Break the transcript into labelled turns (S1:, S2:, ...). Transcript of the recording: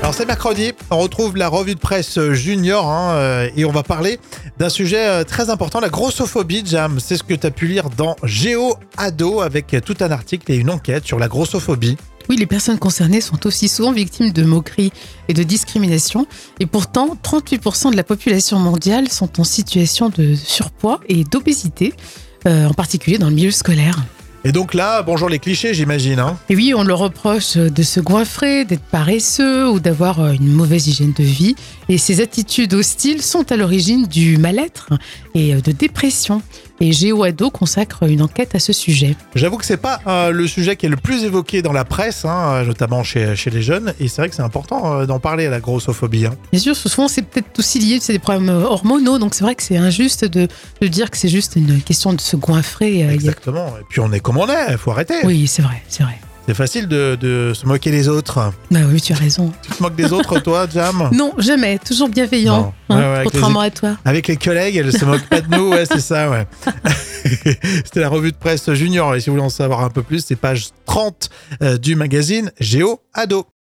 S1: Alors c'est mercredi, on retrouve la revue de presse junior hein, euh, et on va parler d'un sujet euh, très important, la grossophobie, Jam. C'est ce que tu as pu lire dans Géo Ado avec euh, tout un article et une enquête sur la grossophobie.
S2: Oui, les personnes concernées sont aussi souvent victimes de moqueries et de discrimination. Et pourtant, 38% de la population mondiale sont en situation de surpoids et d'obésité, euh, en particulier dans le milieu scolaire.
S1: Et donc là, bonjour les clichés, j'imagine. Hein.
S2: Et oui, on leur reproche de se goinfrer, d'être paresseux ou d'avoir euh, une mauvaise hygiène de vie. Et ces attitudes hostiles sont à l'origine du mal-être et euh, de dépression. Et GeoAdo consacre une enquête à ce sujet.
S1: J'avoue que c'est pas euh, le sujet qui est le plus évoqué dans la presse, hein, notamment chez, chez les jeunes. Et c'est vrai que c'est important euh, d'en parler à la grossophobie. hein.
S2: Bien sûr, souvent c'est peut-être aussi lié, c'est des problèmes euh, hormonaux, donc c'est vrai que c'est injuste de, de dire que c'est juste une question de se goinfrer. euh, il y a-
S1: Exactement. Et puis on est comme on est, faut arrêter.
S2: Oui, c'est vrai, c'est vrai.
S1: C'est facile de, de se moquer des autres.
S2: Bah oui, tu as raison.
S1: Tu te moques des autres, toi, Jam
S2: Non, jamais, toujours bienveillant,
S1: Non.
S2: hein,
S1: Ouais, ouais, avec
S2: contrairement à toi.
S1: Avec les collègues, elles se moquent pas de nous, ouais, c'est ça, ouais. C'était la revue de presse junior, et si vous voulez en savoir un peu plus, c'est page 30 euh, du magazine Géo Ado.